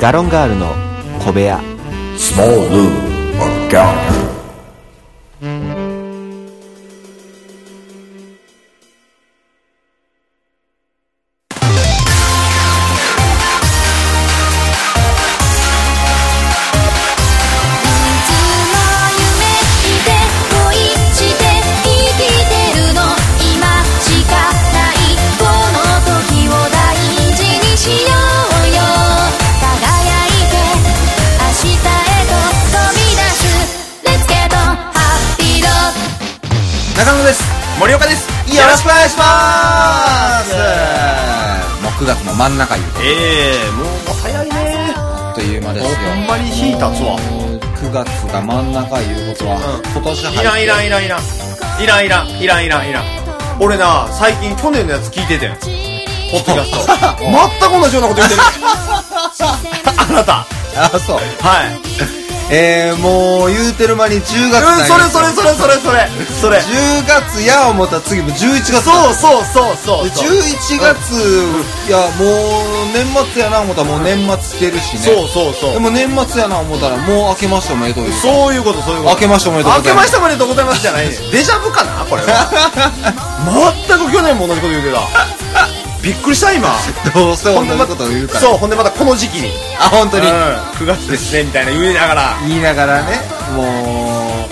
ガロンガールの小部屋 Small Lou McGallagher. いつも夢見て恋して生きてるの今しかないこの時を大事にしようよ輝いて明日へと飛び出す Let's get on happy road 中野です森岡ですよろしくお願いしますもう9月も真ん中いうこええもう早いねとあっという間ですよほんまに火立つわ9月が真ん中いうことは、うん今年入いらんいらんいらんいらんいらんいらんいらんいらんいらん俺な最近去年のやつ聞いててんポッドキャ スト全く同じようなこと言ってるあなたあそうはいえー、もう言うてる間に10月うんなんやそれそれそれそれそれ それ10月や思ったら次もう11月そうそうそうそでうそう11月、いやもう年末やな思ったらもう年末来てるしねそうそうそうでも年末やな思ったらもう明けましておめでとうですそういうことそういうこと明けましておめでとうご明ざけいまましすておめでとうございますじゃないね デジャブかなこれは全く去年も同じこと言う てたびっくりした今どうせ同じことを言うからそうほんでまたこの時期にあ本当うんに、 9月ですねみたいな言いながら言いながらねも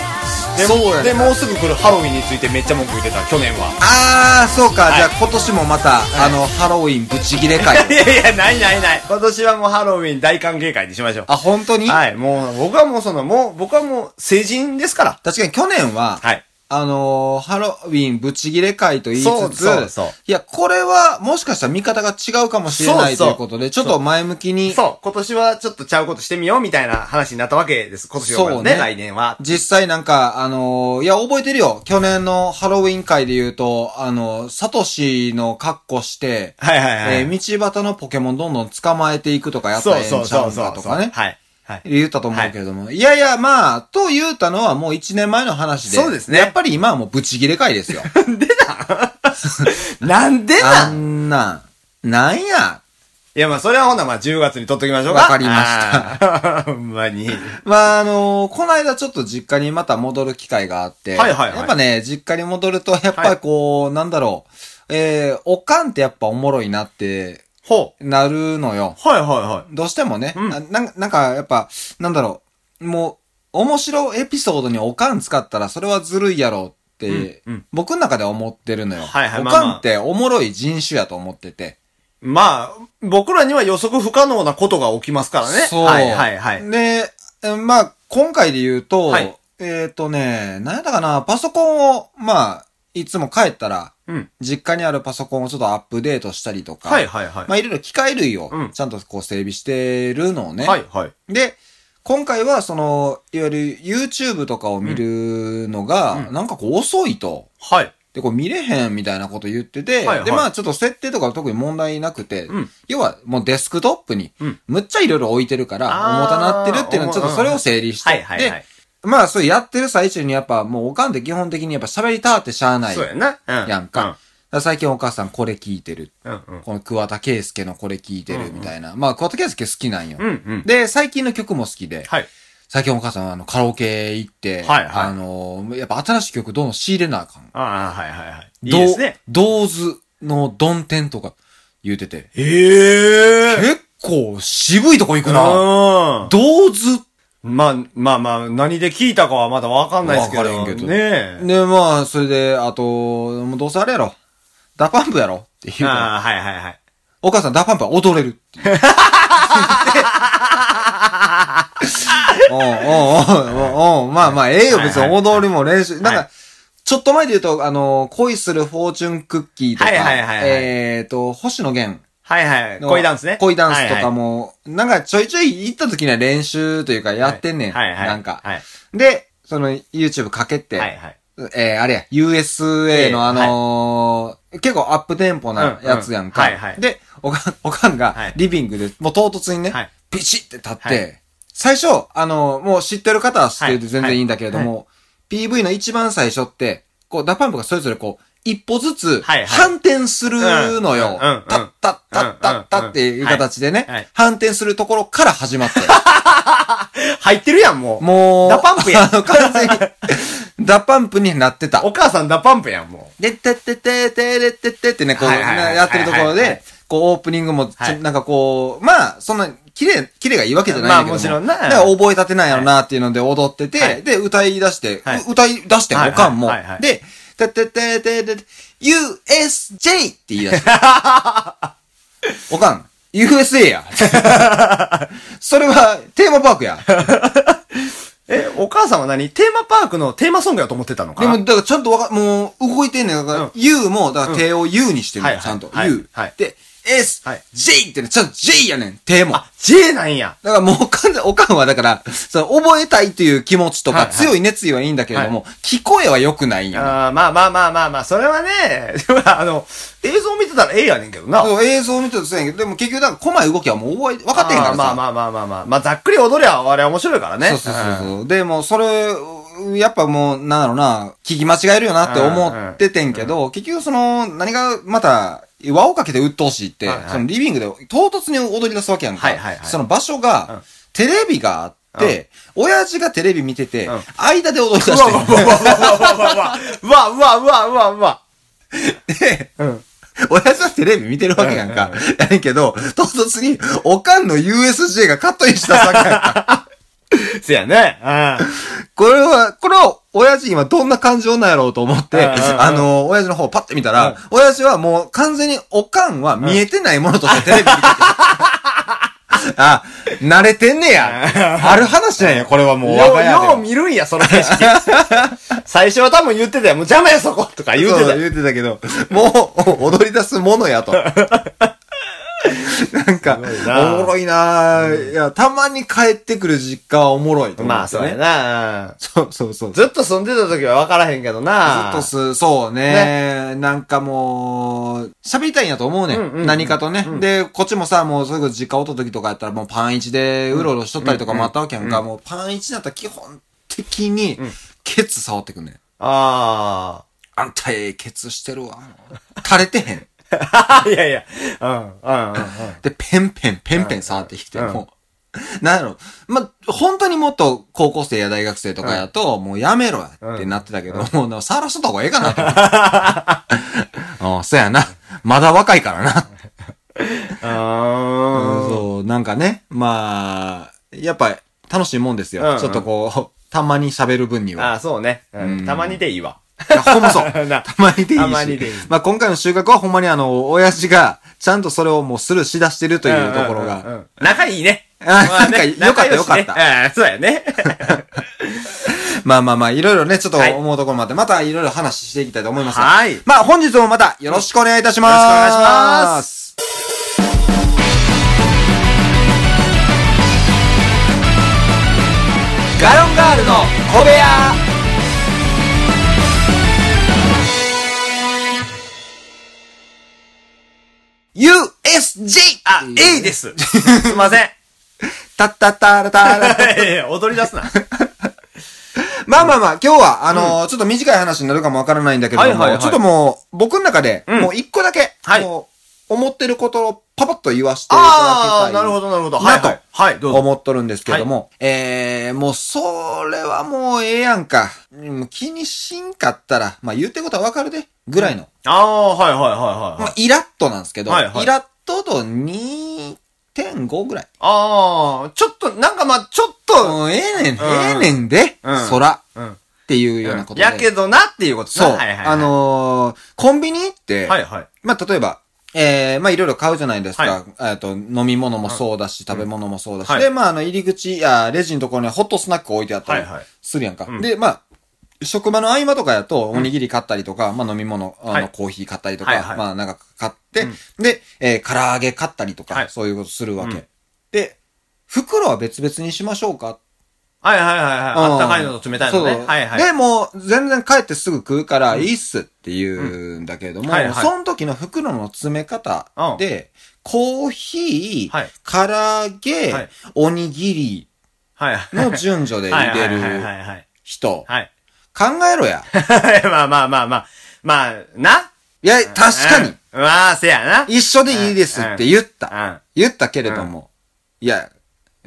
うでそうやでねもうすぐ来るハロウィンについてめっちゃ文句言ってた去年はああそうか、はいじゃあ今年もまた、あのハロウィンブチギレ 会いやいやないないない今年はもうハロウィン大歓迎会にしましょうあ本当に、はいもう僕はもうそのもう僕はもう成人ですから確かに去年は、はいあのーハロウィンブチギレ会と言いそうつつ、そうそういや、これはもしかしたら見方が違うかもしれないそうそうということで、ちょっと前向きに、そう今年はちょっとちゃうことしてみようみたいな話になったわけです今年はそうねね来年は実際なんか、あのーいや、覚えてるよ。去年のハロウィン会で言うと、あのーサトシの格好して、はいはいはい、えー道端のポケモンどんどん捕まえていくとかやったらええんちゃうんだとかね。はい。はい。言ったと思うけれども、い、やいや、まあ、と言うたのはもう1年前の話で。そうですねやっぱり今はもうブチギレ会ですよ。なんであんなん、なんや。いや、まあ、それはほんならまあ、10月に撮っときましょうか。。わかりました ほんまに。まあ、あのーこの間ちょっと実家にまた戻る機会があって。はいはいはいやっぱね、実家に戻ると、やっぱりこう、なんだろう。えー、おかんってやっぱおもろいなって、ほう。なるのよ。はいはいはどうしてもね、うんななんなんかやっぱ、なんだろう、もう、面白いエピソードにおかん使ったらそれはずるいやろって、うんうん僕の中では思ってるのよ。はいはいおまあまあかんっておもろい人種やと思ってて。い。まあ、僕らには予測不可能なことが起きますからね。そう。はいはいはい。で、えまあ、今回で言うと、はいえっ、とね、なんやったかな、パソコンを、まあ、いつも帰ったら、うん。実家にあるパソコンをちょっとアップデートしたりとか、はいはいはい。まあ、いろいろ機械類をうんちゃんとこう整備してるのをね、はいはい。で、今回はその、いわゆる YouTube とかを見るのが、うんなんかこう遅いと。はい。で、こう見れへんみたいなこと言ってて、はいはいで、まあちょっと設定とか特に問題なくて、うん要はもうデスクトップにうん、むっちゃいろいろ置いてるから、あー重たなってるっていうのはちょっとそれを整理して、はいはいはいで、。まあそうやってる最中にやっぱもうおかんって基本的にやっぱ喋りたってしゃあない。そうやな。うん。やんか。だから最近お母さんこれ聞いてる。うん。うんこの桑田佳祐のこれ聞いてるみたいな。まあ桑田佳祐好きなんよ。うん。うんうん。で、最近の曲も好きで、はい。最近お母さん、あの、カラオケ行って、はいはいあの、やっぱ新しい曲どんどん仕入れなあかん。ああ、はいはいはい。いいですね。どう。銅図のドンテンとか言うてて、ええ結構渋いとこ行くな。うん。銅図。まあ、まあまあ、何で聞いたかはまだわかんないですけど。わからんけどねえ。で、まあ、それで、あと、もうどうせあれやろ。ダパンプやろって言うから、ああ、はいはいはい。お母さんダパンプは踊れる って言うおうおうおうおうおうまあまあ、ええよ、別に踊りも練習。なんはいか、ちょっと前で言うと、あの、恋するフォーチュンクッキーとか、はいはいはいはいえっと、星野源はいはい。の恋ダンスね。恋ダンスとかもも、なんかちょいちょい行った時には練習というかやってんねん。はいはい。なんか。はい。で、その YouTube かけて、はいはい。えー、あれや、USA のあのー結構アップテンポなやつやんか。うんうんはいはいで、おかん、おかんはいがリビングで、もう唐突にね、はいピシって立って、はい最初、あのーもう知ってる方は知ってるではい全然いいんだけれども、PV の一番最初って、こう、ダパンプがそれぞれこう、一歩ずつ、はいはい反転するのようんうんうん。たったったったったっていう形ではいはねい、反転するところから始まって。入ってるやん、もう。もう、ダパンプやん あの完全に、ダパンプになってた。 お母さんダパンプやん、もで、てってててれってってってね、こう、はいはいはいなやってるところはいはいはでい、こう、オープニングもちょ、はいなんかこう、まあ、そんな、綺麗、綺麗がいいわけじゃないんだけどまあもちろんなだから覚えたてなんやろなっていうので踊ってて、はいで、歌い出して、はいう歌い出してん、はいおかんも。はいはいはいで、てててててて、USJ って言い 出して。おかん、USA や。 それは、テーマパークや。う。え、お母さんは何テーマパークのテーマソングやと思ってたのかでなも、だからちゃんとわか、もう、動いてんねん。だからうん、 U も、だから手を U にしてるはいの、はいちゃんと。はい U はい。で、S はい、 J ってね、ちゃんと J やねん、手も。だあ、J なんや。からもう完全、おかんはだから、その、覚えたいという気持ちとはか、いはい強い熱意はいいんだけれども、聞こえは良くないんや。あーまあまあまあまあまあ、それはね、 でもあの、映像見てたらええやねんけどな。そう映像を見てるとそうやねんけど、でも結局、だから、細い動きはもう覚え、分かってへんからさ。あーまあまあまあまあまあ。まあざっくり踊りはあれ面白いからね。そうそうそううん。そう。で、もうそれ、やっぱもう、なんだろうな、聞き間違えるよなって思っててんけど、結局その、何がまた、輪をかけて鬱陶しいって、はいはいそのリビングで唐突に踊り出すわけやんか。はいはいはいその場所が、うんテレビがあって、親父がテレビ見てて、うん間で踊り出うしわてうわんうわうわうわうわうわうわうわうわで、うん。親父はテレビ見てるわけやんか。やねんけど、唐突に、おかんの USJ がカットインしたわけやんか。せやね。うん。これは、これは、親父今どんな感情なんやろうと思って、うんうんうんあの、親父の方パッて見たら、うん親父はもう完全におかんは見えてないものとしてテレビ見ててあ、慣れてんねや。ある話なんや、これはもう。我がよう、家ではよう見るんや、その景色。最初は多分言ってたよ。もう邪魔や、そことか言うてそたうよ。言うてたけど、もう、踊り出すものやと。なんか、すごいなおもろいなぁ。いや、たまに帰ってくる実家はおもろいと思まあ、ってそうや。な。そうそうそう。ずっと住んでた時は分からへんけどな。ずっとす、そうねなんかもう、喋りたいんやと思うね、んうんうんうん何かとね、で、こっちもさ、もうそれこそ実家おった時とかやったらもうパン1でうろうろしとったりとかもあったわけやんか。もうパン1だったら基本的に、ケツ触ってくんねん。ああんたええケツしてるわ。垂れてへん。あ。いやいや。うん、うん、うん。で、ペンペン、ペンペン 触ってきて、うんもう、なんやろ、ま、本当にもっと高校生や大学生とかやと、もうやめろやってなってたけど、もうな触らしとった方がええかなと思って。 ああ、そうやな。まだ若いからな。うん。うんそう、なんかね、まあ、やっぱ楽しいもんですよ。うんうんちょっとこう、たまに喋る分にあは。あ、そうね。うんうんたまにでいいわ。いや、ほんま そう。なたまにでいいし。たまにでいいまあ今回の収穫はほんまにあの、親父が、ちゃんとそれをもうスルーしだしてるというところうんうんうが。ん。仲いいね。あまあなんかねよかったよかった仲良しねうんそうやね。まあまあまあ、いろいろね、ちょっとはい思うところもあって、またいろいろ話していきたいと思います。はいまあ本日もまたよろしくお願いいたします。。よろしくお願いしますガロンガールの小部屋！USJ! あ、A ですす。すいません。 たったたらたらいやいや踊り出 すな。まあまあまあ、今日は、あのーちょっと短い話になるかもわからないんだけれども、はいはいはいちょっともう、僕の中で、うんもう一個だけ、はいもう思ってることをパパッと言わせていただきああ、たいなるほど、なるほど。はい、はい。はい、どうぞ。思っとるんですけれども、えー、もう、それはもうええやんか。うん気にしんかったら、まあ言ってることはわかるで、ぐらいの。ああ、はい、はい、はまい、はいあ。イラッとなんですけど、はいはいイラッとと2.5ぐらい。ああ、ちょっと、なんかまあ、ちょっと、もうええねん、ええんねんで、うん空っうん。ていうようなことで。やけどなっていうことそう。はいはいはい、あ、のーコンビニ行って、はいはい。まあ、例えば、えー、まあ、いろいろ買うじゃないですか。えっと、飲み物もそうだし、うん食べ物もそうだし。はいで、まあ、あの、入り口やレジのところにホットスナック置いてあったりはいはいするやんか。うんで、まあ、職場の合間とかやと、おにぎり買ったりとか、まあ、飲み物、あの、はいコーヒー買ったりとか、はいはいまあ、なんか買って、うんで、えー、唐揚げ買ったりとか、はいそういうことするわけ。うんで、袋は別々にしましょうかはいはいはいはい。あったかいのと冷たいのね。そうはいはい。で、もう、全然帰ってすぐ食うから、いいっすって言うんだけれども、うんはいはいその時の袋の詰め方で、コーヒー、はい唐揚げ、はいおにぎりはい。の順序ではい入はれいはいはいるはい。人、はい。 考えろや。まあまあまあまあ。まあ、な。いや、確かに、うん。まあ、せやな。一緒でいいですって言った。うん。言ったけれども、いや、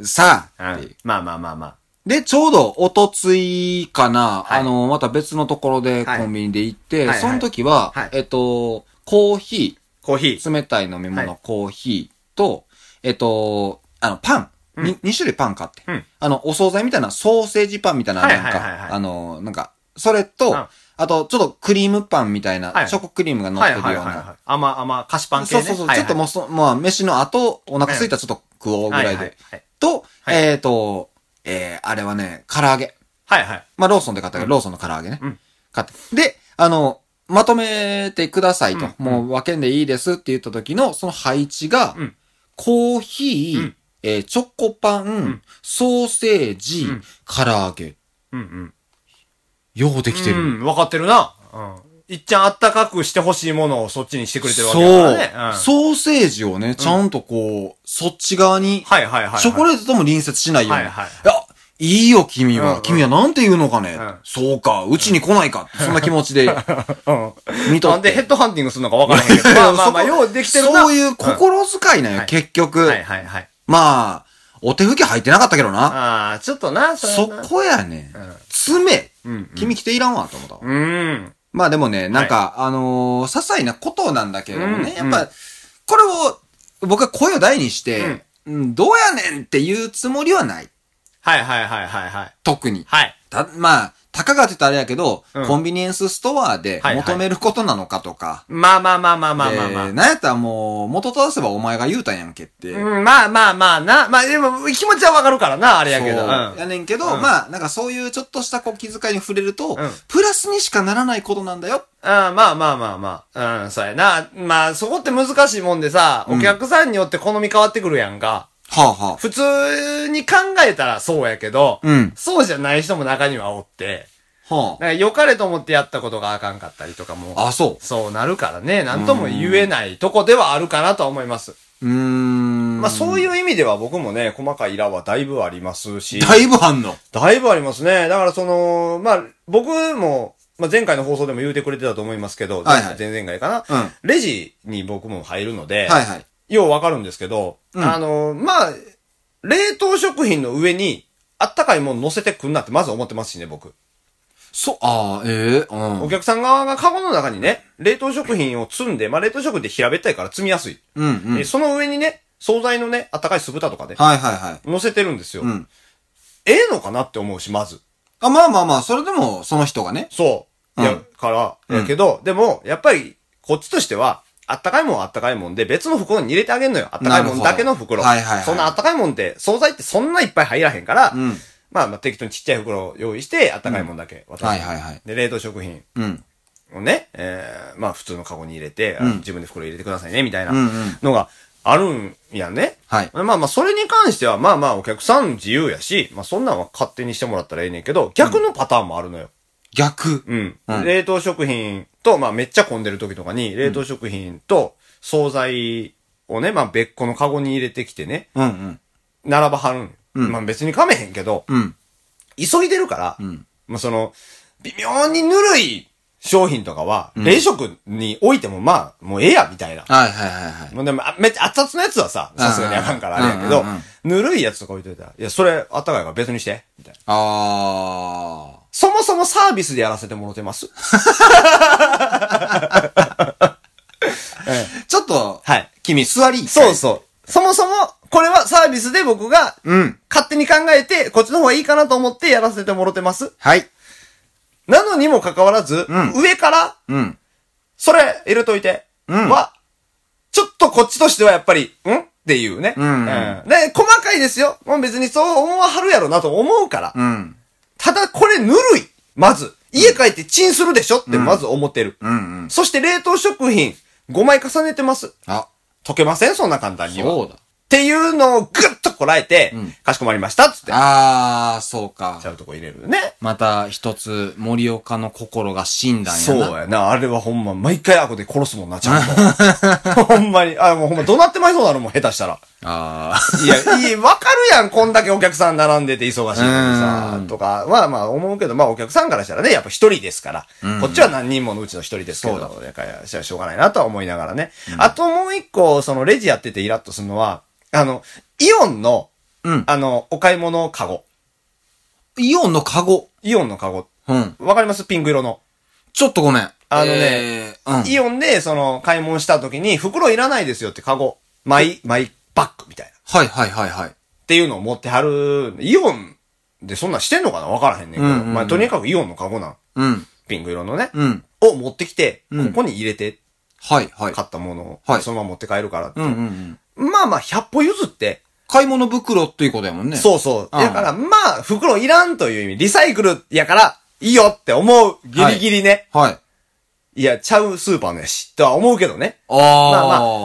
さあ、っていう。まあまあまあまあ。で、ちょうど、おとついかな、はいあの、また別のところではいコンビニで行って、はいはいその時は、はいえっと、コーヒコーヒー。ー、冷たい飲みは物、コーヒーと、えっと、あの、パン。うんに2種類パン買って、うんあの、お惣菜みたいな、ソーセージパンみたいな、はいなはんいはいはいか、あの、なんか、それと、うんあと、ちょっとクリームパンみたいな、はいチョコクリームが乗っはいてるような、はいはいはい。甘、甘、菓子パン系そうね。そうそう、はいちはょいっともうそ、まあ、飯の後、お腹すいたらちょっと食おうぐらいで。はいはいと、はいえっ、と、えー、あれはね、唐揚げ。はいはい。まあ、ローソンで買ったけど、ローソンの唐揚げね。うん買って。で、あの、まとめてくださいと、うんもう分けんでいいですって言った時の、その配置が、うんコーヒー、うんえーチョコパン、んソーセージ、うん唐揚げ。うんうん。ようできてる。うん、わかってるな。うん。いっちゃんあったかくしてほしいものをそっちにしてくれてるわけそう、だからね。うソーセージをね、ちゃんとこう、そっち側にん。、はいはいはいはい。チョコーレートとも隣接しないように。はいはいいや、いいよ、君うんうは。ん君はなんて言うのかねうん。そうか、うちに来ないか。そんな気持ちで、ト。見と なっんでヘて。ッドハンティングするのかわからへん けど。まあまあまあ、そこようできてるな。そういう心遣いなんうよん、結局。はいはいはい。まあ、お手拭き入ってなかったけどな。ああ、ちょっとな、それはなこやねん。爪うんうん。君着ていらんわ、と思ったわ。うん。まあでもね、なんか、あのー、些細なことなんだけれどもね、うやんっぱ、これを、僕は声を大にして、うんどうやねんって言うつもりはない。はいはいはいはいはい。特に。はい。た、まあ、たかがって言ったらあれやけど、うんコンビニエンスストアではいはい求めることなのかとか、まあまあまあまあまあでまあまあ。なんやったらもう、元正せばお前が言うたんやんけって。うん、まあまあまあな。まあでも、気持ちはわかるからな、あれやけど。そううんやねんけど、うんまあ、なんかそういうちょっとしたこう気遣いに触れると、うんプラスにしかならないことなんだよ。あーまあまあまあまあ。うん、そうやな。まあ、そこって難しいもんでさ、うんお客さんによって好み変わってくるやんか。はあ、はあ、普通に考えたらそうやけど、うんそうじゃない人も中にはおって、はなんか良かれと思ってやったことがあかんかったりとかも、あ。あ、そそうなるからね、なんとも言えないとこではあるかなとは思います。う。うーん。まあそうう。いう意味では僕もね、細かいイラはだいぶありますし。だいぶ反応。だいぶありますね。だからその、まあ、僕も、まあ、前回の放送でも言うてくれてたと思いますけど、はいはい前々前々回かうな、んレジに僕も入るので、はいはい。ようわかるんですけど、うんあの、まあ、冷凍食品の上に、あったかいもの乗せてくんなってまず思ってますしね、僕。そう、ああ、ええお客さん側がカゴの中にね、冷凍食品を積んで、まあ、冷凍食品って平べったいから積みやすい。うん。うん、うん。はでいその上にね、惣菜のね、あったかい酢豚とかね、はいはい。乗せてるんですよ。うん。ええのかなって思うし、まず。あ、まあまあまあ、それでも、その人がね。そう。うんや、から、うんやけど、でも、やっぱり、こっちとしては、あったかいもんはあったかいもんで、別の袋に入れてあげんのよ。あったかいもんだけの袋。なるほどはいはいはいそんなあったかいもんって、惣菜ってそんないっぱい入らへんから、うん。まあ、まあ、適当にちっちゃい袋を用意して、あったかいもんだけ渡す、はいはいはいで、冷凍食品うん。をね、えー、まあ、普通のカゴに入れて、あうん自分で袋入れてくださいね、みたいなうんうんのがあるんやね。はい。まあまあ、それに関しては、まあまあ、お客さん自由やし、まあ、そんなんは勝手にしてもらったらええねんけど、逆のパターンもあるのよ。逆。うん。うん冷凍食品と、まあめっちゃ混んでる時とかに、冷凍食品と惣菜をね、まあ別個のカゴに入れてきてね、うんうん。並ばはるん。うんまあ別に噛めへんけど、うん。急いでるから、んまあその、微妙にぬるい商品とかは、冷食に置いてもまあ、もうええや、みたいな。はいはいはいはい。もうでも、あめっちゃ熱々のやつはさ、さすがにあかんからあれやけうどんうんうん、ぬるいやつとか置いといたら、いや、それあったかいから別にして、みたいな。ああ。そもそもサービスでやらせてもろてます。ちょっと、はい。君座り。そうそう。そもそも、これはサービスで僕が、うん。勝手に考えて、こっちの方がいいかなと思ってやらせてもろてます。はい。なのにもかかわらず、うん上から、うん。それ入れといて、んは、ちょっとこっちとしてはやっぱり、んっていうね。うんで、細かいですよ。もう別にそう思わはるやろなと思うから。うん。ただ、これぬるい。まず。家帰ってチンするでしょってまず思ってる。うんうん。そして冷凍食品、5枚重ねてます。あ、溶けませんそんな簡単には。そうだ。っていうのをぐっとこらえて、かしこまりましたっつって、あー、そうかちゃ。うとこ入れるよね。また一つ、森岡の心が死んだんやな。そうやな。あれはほんま、毎回アコで殺すもんな、ちゃ んと。ほんまに。あ、もうほんま、怒鳴ってまいそうなのもん下手したら。あー。いや、いい、わかるやん、こんだけお客さん並んでて忙しいのにうさん、とかは、まあ思うけど、まあお客さんからしたらね、やっぱ一人ですから、こっちは何人ものうちの一人ですけど、だからしょうがないなとは思いながらね。あともう一個、そのレジやっててイラッとするのは、あの、イオンの、うんあの、お買い物カゴ。イオンのカゴ。イオンのカゴ。うん。わかりますピンク色の。ちょっとごめん。あのねえー、うん。イオンで、その、買い物した時に、袋いらないですよってカゴ。マイ、マイバッグみたいな。はいはいはいはい。っていうのを持ってはる、イオンでそんなんしてんのかなわからへんねんけど、うんうんうんまあとにかくイオンのカゴなん。うん。ピンク色のね、うん。を持ってきて、うんここに入れて、はいはい。買ったものはを、いそのまま持って帰るからって。うんうんうん。まあまあ、100歩譲って、買い物袋っていうことやもんね。う。そうそう。ああだから、まあ、袋いらんという意味、リサイクルやから、いいよって思う。ギリギリね。はい。い、や、ちゃうスーパーのやし、とは思うけどね。あまあまー。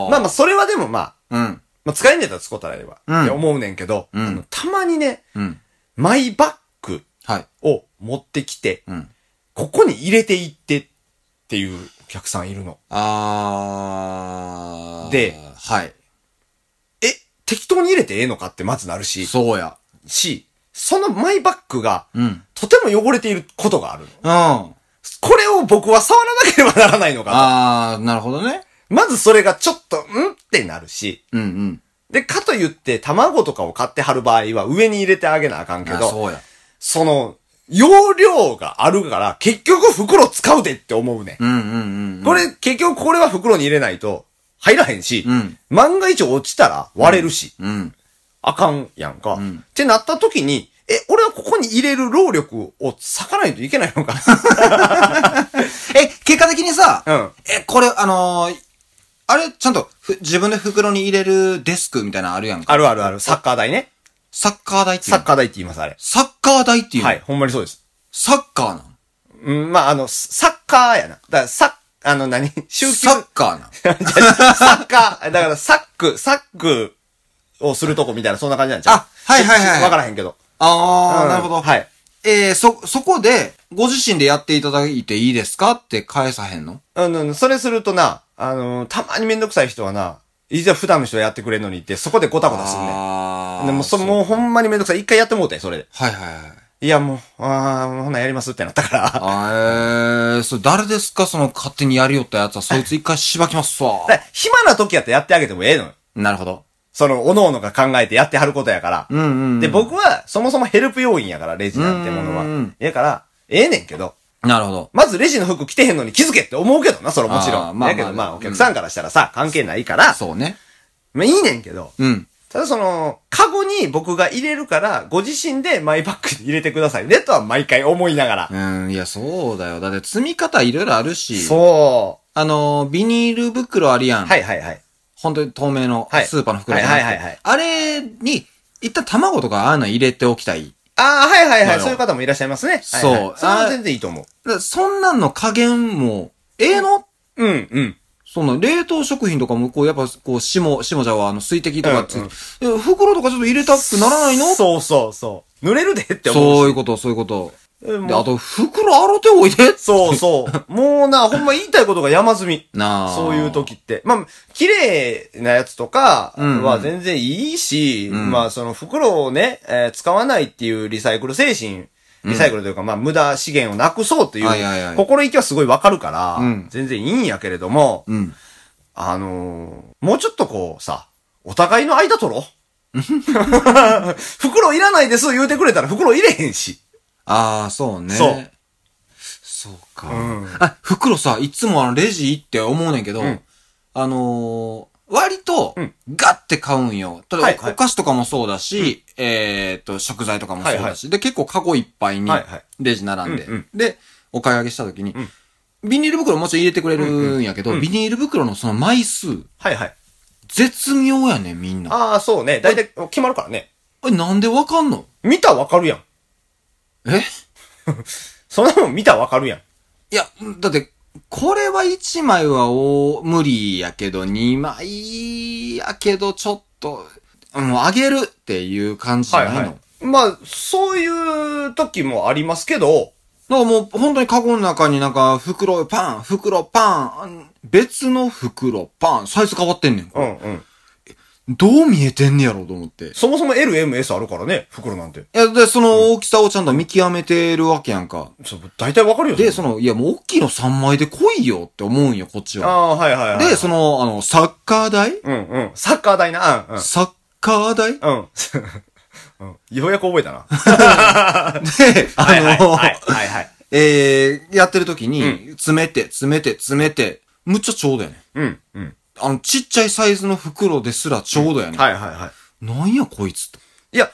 あ、まあまあ、それはでもまあ、まあ。うん。まあ、使えんねえたら使ったらええわ。うんって思うねんけど、うんあのたまにね、うん。マイバッグはい。を持ってきて、うん。ここに入れていってっていうお客さんいるの。あー。で、はい。え、適当に入れてええのかってまずなるし、そうや。し、そのマイバッグが、うん。うん。とても汚れていることがあるの。あこれを僕は触らなければならないのかー、なるほどね。と。まずそれがちょっと、んってなるし。うんうん。で、かと言って、卵とかを買ってはる場合は上に入れてあげなあかんけあど、そそうや。の、容量があるから、結局袋使うでって思うね。うんうんうんうん。これ、結局これは袋に入れないと、入らへんし、うん万が一落ちたら割れるし、うん。あかんやんか。んってなった時に、え、俺はここに入れる労力を割かないといけないのかえ、結果的にさ、 うんえ、これ、あのー、あれ、ちゃんと、ふ自分で袋に入れるデスクみたいなのあるやんか。あるあるある。サッカー台ね。サッカー台っていうサのッカー台って言います、あれ。サッカー台っていうのはい、ほんまにそうです。サッカーなのうん、まあ、あの、サッカーやな。だから、サッ、あの何、 集サ中ッカーなのサッカー、だからサック、サックをするとこみたいな、そんな感じなんちゃうあはいはいはいわからへんけど。あー、うんなるほど。。はいい。えー、そ、そこで、ご自身でやっていただいていいですかって返さへんのうんうん、それするとな、あのーたまにめんどくさい人はな、いざ普段の人はやってくれんのにって、そこでごたごたすんねあん。でも、そ、うもうほんまにめんどくさい。一回やってもうて、それで。はいはいはい。いや、もう、あー、ほなやりますってなっ たから。あーえー、それ誰ですかその勝手にやりよったやつは、そいつ一回しばきますわ。だから暇な時やったらやってあげてもええのよ。なるほど。その、おのおのが考えてやってはることやから。うんうんうんで、僕は、そもそもヘルプ要員やから、レジなんてものうんうんうんは。だから、ええねんけど。なるほど。まずレジの服着てへんのに気づけって思うけどな、それもちあろーん。まあまあだけどまあ、お客さんからしたらさ、関係ないから、そうね。まあいいねんけど、うん。ただその、カゴに僕が入れるから、ご自身でマイバッグに入れてくださいねとは毎回思いながら。うん、いや、そうだよ。だって積み方いろいろあるし、そあのー、ビニール袋あるやん。う。はいはいはい。本当に透明のはいスーパーの袋じゃなくてはいはいはいはいあれに、一旦卵とかああいうの入れておきたい。ああ、はいはいなはるほい。どそういう方もいらっしゃいますね。そうはいはいそれは全然いいと思う。だからそんなんの加減も、ええのうん、うん。その冷凍食品とかも、こう、やっぱ、こう、霜、霜じゃは、あの、水滴とかつ、うんえ袋とかちょっと入れたくならないのそうそうそうそう。濡れるでって思いううこと、そういうこと。し。うんで、もあうと、袋洗っておいてそ うそう。もうな、ほんま言いたいことが山積み。なあ。そういう。時って。まあ、綺麗なやつとかうんうんは全然いいし、んまあ、その袋をね、えー使わないっていうリサイクル精神、リサイクルというか、まあ、無駄資源をなくそうってい、はいはいはいう心意気はすごいわかるから、うん全然いいんやけれども、うん。あのーもうちょっとこうさ、お互いの 間取ろう。袋いらないです言うてくれたら袋入れへんし。ああ、そうね。そう。そうか。うんあ、袋さ、いつもあの、レジ行って思うねんけど、うんあのー割とうん、ガッて買うんよ。ただ、はいはいお菓子とかもそうだし、えーっと、食材とかもそうだし、はいはで、結構カゴいっぱいにはいはい、レジ並んで、うんうんで、お買い上げした時に、ビニール袋もちろん入れてくれるんやけど、ビニール袋のその枚数、はいはい。絶妙やねんみんな。ああ、そうね。だいたい決まるからね。え、なんでわかんの見たらわかるやん。えそんなもん見たらわかるやん。いや、だって、これは1枚はお無理やけど、2枚やけど、ちょっと、うん、あげるっていう感じじゃないの。い。まあ、そういう時もありますけど、なんかもう本当にカゴの中になんか袋パン、袋パン、別の袋パン、サイズ変わってんねん。こうれんうん。どう見えてんねやろうと思って。いそもそも LMS あるからね、袋なんて。や、で、その大きさをちゃんと見極めてるわけやんか。そう、大体わかるよで、その。の、いや、もう大きいの3枚で来いよって思うんよ、こっちあは。あ、はいはいはい。で、その、あの、サッカー台うんうん。サッカー台な。うんサッカー台で、うん。うん。うん、 ようやく覚えたな。はいはい あの、はいはいはい。えー、やってる時に、詰めて、詰めて、詰めて、むっちゃちょうどやねん。うん。うん。あの、ちっちゃいサイズの袋ですらちょうどやねん。はいはいはい。なんやこいつと。いや、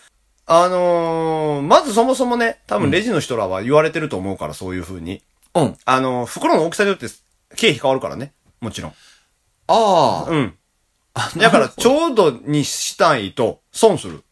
あのー、まずそもそもね、多分レジの人らは言われてると思うから、そういう風に。うん。あのー、袋の大きさによって経費変わるからね。もちろん。ああ。うん。だから、ちょうどにしたいと、損する。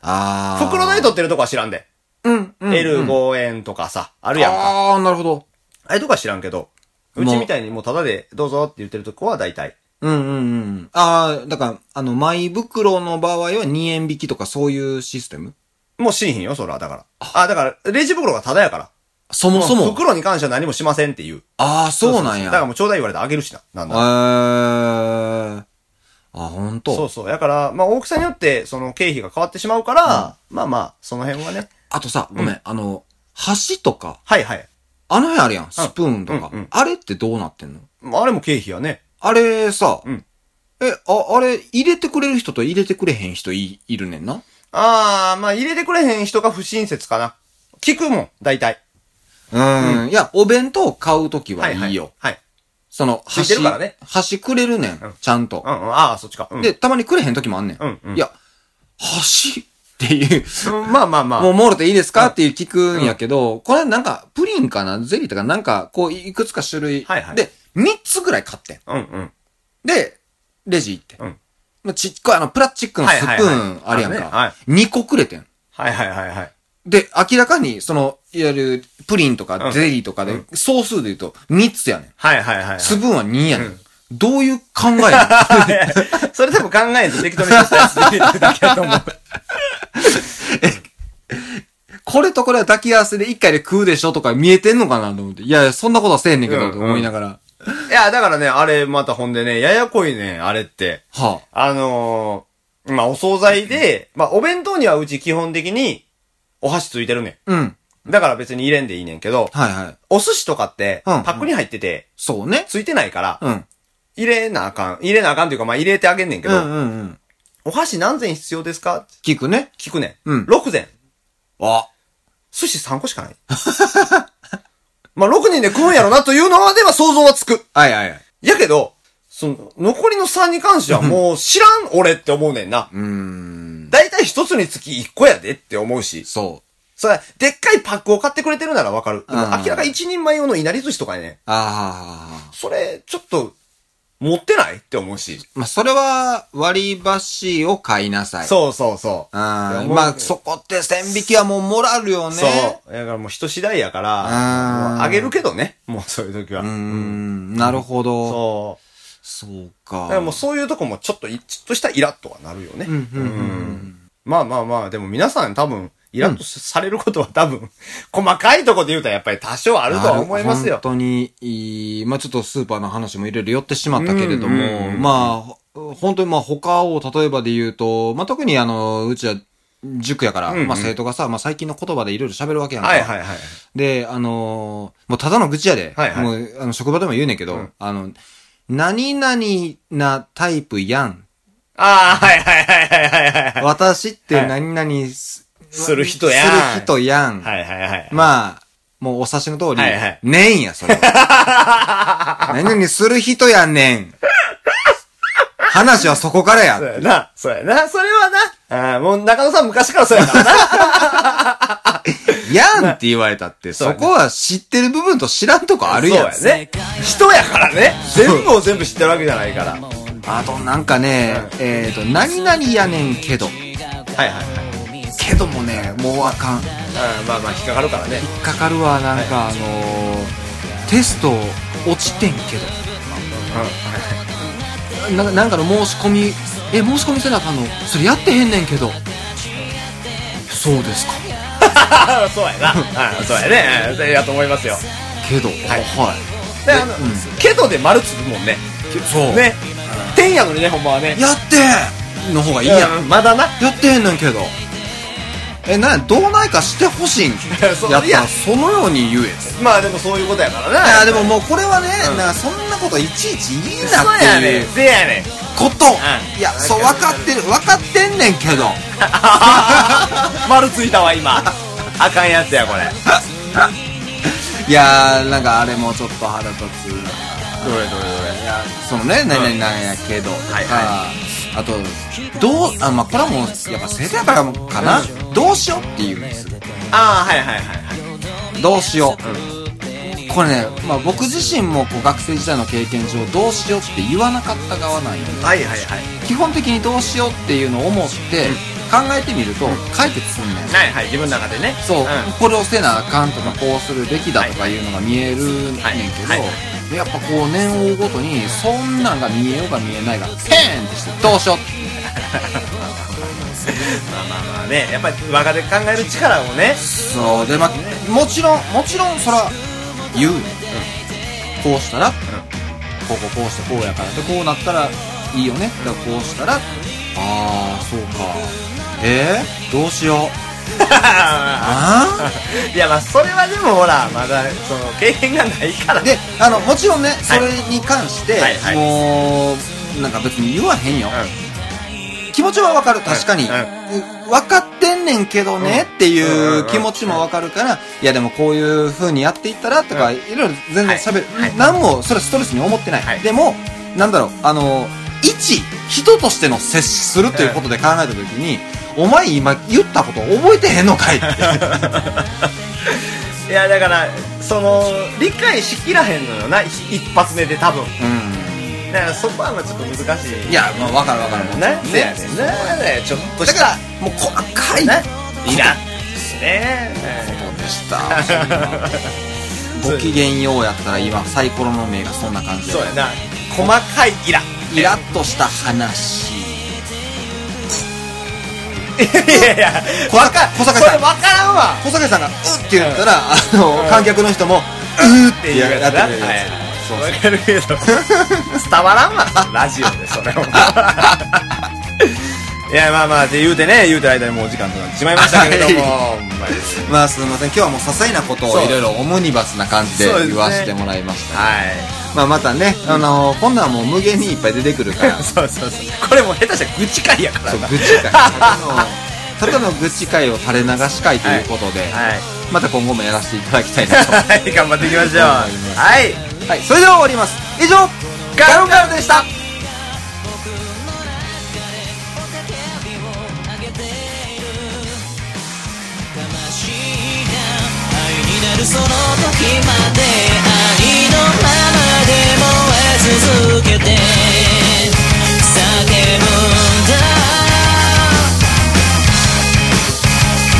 ああ。袋代取ってるとこは知らんで。うん。うん。 L5 円とかさ、あるやんか。ああ、なるほど。あれとか知らんけど、うちみたいにもうタダでどうぞって言ってるとこは大体。うんうんうん。ああ、だから、あの、マイ袋の場合は2円引きとかそういうシステムもうしんひんよ、そら、だから。あ、だから、レジ袋がタダやから。そもそも。袋に関しては何もしませんっていう。ああ、そうなんや。だからもうちょうだい言われてあげるしな。なんだ。えー。あ、ほんと。そうそう。だから、まあ大きさによって、その経費が変わってしまうから、まあまあ、その辺はね。あとさ、ごめん、あの、箸とか、はいはい。あの辺あるやん、スプーンとか。うんうんあれってどうなってんのまああれも経費やね。あれさ、うんえ、あ、あれ、入れてくれる人と入れてくれへん人いいるねんな。ああ、まあ入れてくれへん人が不親切かな。聞くもん、大体。うん。いや、お弁当買うときはいいよ。。はい。その、ついてるからね箸くれるねん、んちゃんとう。んうん、ああ、そっちか。うん、で、たまにくれへんときもあんねん。うんうんいや、箸っていう、うんまあまあまあ。もうもろていいですかっていう聞くんやけど、これなんか、プリンかなゼリーとかなんか、こう、いくつか種類。はいはいで、3つぐらい買ってん。うんうん。で、レジ行って。うんまあちっこいあの、プラスチックのスプはいーはいはいンあるやんあるねはか。二2個くれてん。はいはいはいはい。で、明らかに、その、いわゆる、プリンとかゼリーとかで、総数で言うと、3つやねん。はいはいはいはい。スプーンは2やねん。どういう考え なのそれでも考えず適当に出したやつ出てる だけだと思う。これとこれは抱き合わせで1回で食うでしょとか見えてんのかなと思って。いやいや、そんなことはせえんねんけうんど、と思いながら。いや、だからね、あれまたほんでね、ややこいね、あれって。はあ。あのー、まあ、お惣菜で、まあ、お弁当にはうち基本的に、お箸ついてるねうん。ん。だから別に入れんでいいねんけど、はいはい。お寿司とかって、うんパックに入ってて、そうね。ついてないから、うん。入れなあかん。入れなあかんというか、まあ、入れてあげんねんけうど、んうんうん。お箸何膳必要ですか聞くね。聞くねん。うん6膳。あ。寿司3個しかない。 まあ、6人で食うんやろなというのはでは想像はつく。はいはいはい。やけど、その、残りの3に関してはもう知らん俺って思うねんな。うーん。だいたい1つにつき1個やでって思うし。そう。それ、でっかいパックを買ってくれてるならわかる。でもうん明らか一人前用のいなり寿司とかね、ああ。それ、ちょっと、持ってないって思うし。まあ、それは、割り箸を買いなさい。う。そうそうそう。あいやもうまあ、そこって線引きはもうモラルよね。そう。だからもう人次第やから、あーもうあげるけどね。もうそういう時は。うーん、なるほど。そう。そうだか。からもうそういうとこもちょっとい、ちょっとしたイラッとはなるよね。うんうんうんうんまあまあまあ、でも皆さん多分、イラッとされることは多分、 細かいとこで言うとやっぱり多少あるとは思いますよ本。当にいい、まあちょっとスーパーの話もいろいろ寄ってしまったけれども、うんうんうんうんまあ、ほ本当にまあ他を例えばで言うと、まあ特にあの、うちは塾やから、うんうんまあ生徒がさ、まあ最近の言葉でいろいろ喋るわけやんか。はいはいはい。で、あのーもうただの愚痴やで、はいはいもうあの職場でも言うねんけど、んあの、何々なタイプやん。ああ、はいはいはいはいはいはいはい。私って何々す、する人やんする人やん。はいはいはい。まあ、もうお察しの通り、はいはいねんや、それは。 何々する人やねん。話はそこからそうや。やな。そうやな。それはな。ああ、もう中野さん昔からそうやからな。やんって言われたって、 そうそやねこは知ってる部分と知らんとこあるやん。そうやね。人やからね。全部を全部知ってるわけじゃないから。はいはあとなんかね、えっ、と、何々やねんけど、いはい。けどもね、もうあかん。ああまあまあ、引っかかるからね。かかるわ、なんかあのーテスト落ちてんけど。ななんかの申し込みえ申し込みせなあかんのそれやってへんねんけどそうですかあそう やな。あそうやね。そうやと思いますよ。けどはい、で、あの、けどで丸つくもんね。そうね。天やのにね、ほんまはね。やっての方がいいやん、うんまだ な。やってへんねんけどえなんやどうないかしてほしいんそうやっいたやらそのように言えとまあでもそういうことやからな。いやでももうこれはね、うんなんかそんなこといちいち言いなそうってやいねう。せやねん。こと、んいやそう分かってる分かってんねんけど丸ついたわ、 今。あかんやつや、これ。いやーなんかあれもちょっと腹立ついどれどれどれ。やそのね何々なんやけどとか、はいはあとどうあまあこれはもうやっぱせいやからかな、どうしようっていうんですああ、はいはいはいはい。どうしよう、これね、まあ、僕自身もこう学生時代の経験上どうしようって言わなかった側なんよねはいはいはい。基本的にどうしようっていうのを思って考えてみると解決すんねんはいはい、自分の中でね。そう、んこれをせなあかんとかこうするべきだとかいうのが見えるねんけど、はいはいはやっぱこう年を追うごとにそんなんが見えようが見えないがペーンってしてどうしようってまあまあまあね、やっぱり若手考える力をね。そうでまあもちろんもちろんそら言うねん、こうしたら、こうこうこうしてこうやからでこうなったらいいよねだからこうしたらああそうかえー、どうし ようああいやまあそれはでもほらまだその経験がないからであのもちろんねそれに関して、はいはいもうなんか別に言わへんよ、気持ちはわかる確かに、うん分かってんねんけどね、ってんうんいううん気持ちもわかるから、いやでもこういう風にやっていったらとか、うんいろいろ全然喋る、はいはい何もそれはストレスに思ってない、はいでもなんだろうあの一人としての接するということで考えた時に、お前今言ったこと覚えてへんのかいって。いやだからその理解しきらへんのよない一発目で多分うんだからそこはまあちょっと難しいいや、まあ、わかるわかる。もちろんなせやねんなちょっとだしかたら、もう細かいねこいらんねえとでした。そんなご きげんようやったら今、サイコロの目がそんな感じでそうやな細かいイライラッとした話。いやいや小坂小それ坂井分さかん。らんわ小坂井さんが、うって言ったら、あの、観客の人も、うーってやってくれるやつ。そう分かるけど伝わらんわラジオでそれをいやまあまあって言うてね言うてる間にもうお時間となってしまいましたけれ ども、ほんまにまあ、すみません。今日はもう些細なことそをういろいろオムニバスな感じでそうですね言わせてもらいました。はまあ、またね、あの、こんなんはもう無限にいっぱい出てくるからい。そうそうそうこれもう下手したら愚痴会やから そうな愚痴会た だのただの愚痴会を垂れ流し会ということで、はいまた今後もやらせていただきたいなとはい頑張っていきましょうはいはいそれでは終わります以上ガロンガロンでしたその時まで愛のままで燃え続けて叫ぶんだ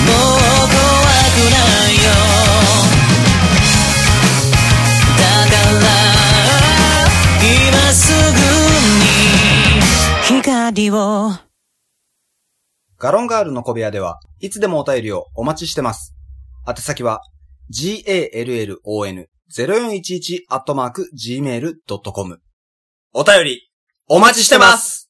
もう怖くないよだから今すぐに光をガロンガールの小部屋では、いつでもお便りをお待ちしてます。宛先は、gallon0411-gmail.com。お便りお待ちしてます